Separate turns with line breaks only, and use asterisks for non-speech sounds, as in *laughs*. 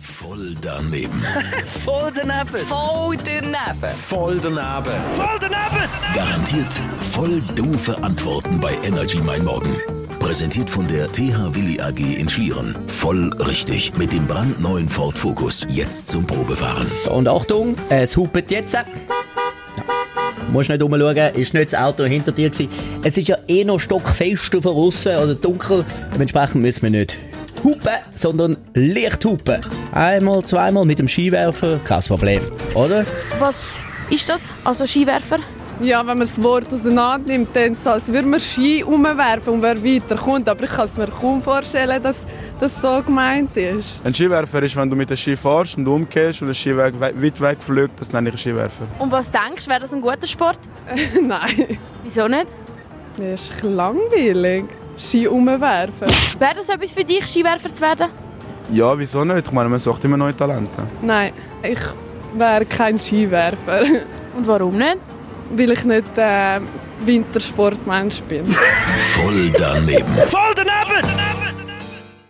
Voll daneben.
Voll daneben.
Voll daneben.
Voll daneben. Garantiert voll doofe Antworten bei Energy Mein Morgen. Präsentiert von der TH Willi AG in Schlieren. Voll richtig. Mit dem brandneuen Ford Focus. Jetzt zum Probefahren.
Und Achtung, es hupet jetzt. Ja. Musst nicht rumschauen, ist nicht das Auto hinter dir gewesen. Es ist ja eh noch stockfest von außen oder dunkel. Dementsprechend müssen wir nicht hupen, sondern Licht hupen. Einmal, zweimal mit dem Skiwerfer, kein Problem, oder?
Was ist das? Also Skiwerfer?
Ja, wenn man das Wort auseinander nimmt, dann ist es, als würde man Ski umwerfen und wer weiterkommt. Aber ich kann es mir kaum vorstellen, dass das so gemeint ist. *laughs*
Ein Skiwerfer ist, wenn du mit dem Ski fährst und umkehrst und der Ski weg, we- weit weg fliegt, das nenne ich einen Skiwerfer.
Und was denkst du, wäre das ein guter Sport?
Nein,
Wieso nicht?
das ist langweilig. Ski umwerfen.
Wäre das etwas für dich, Skiwerfer zu werden?
Ja, wieso nicht? Ich meine, man sucht immer neue Talente.
Nein, ich wäre kein Skiwerfer, *laughs*
Und warum nicht?
weil ich nicht äh, Wintersportmensch bin.
Voll daneben.
Voll daneben!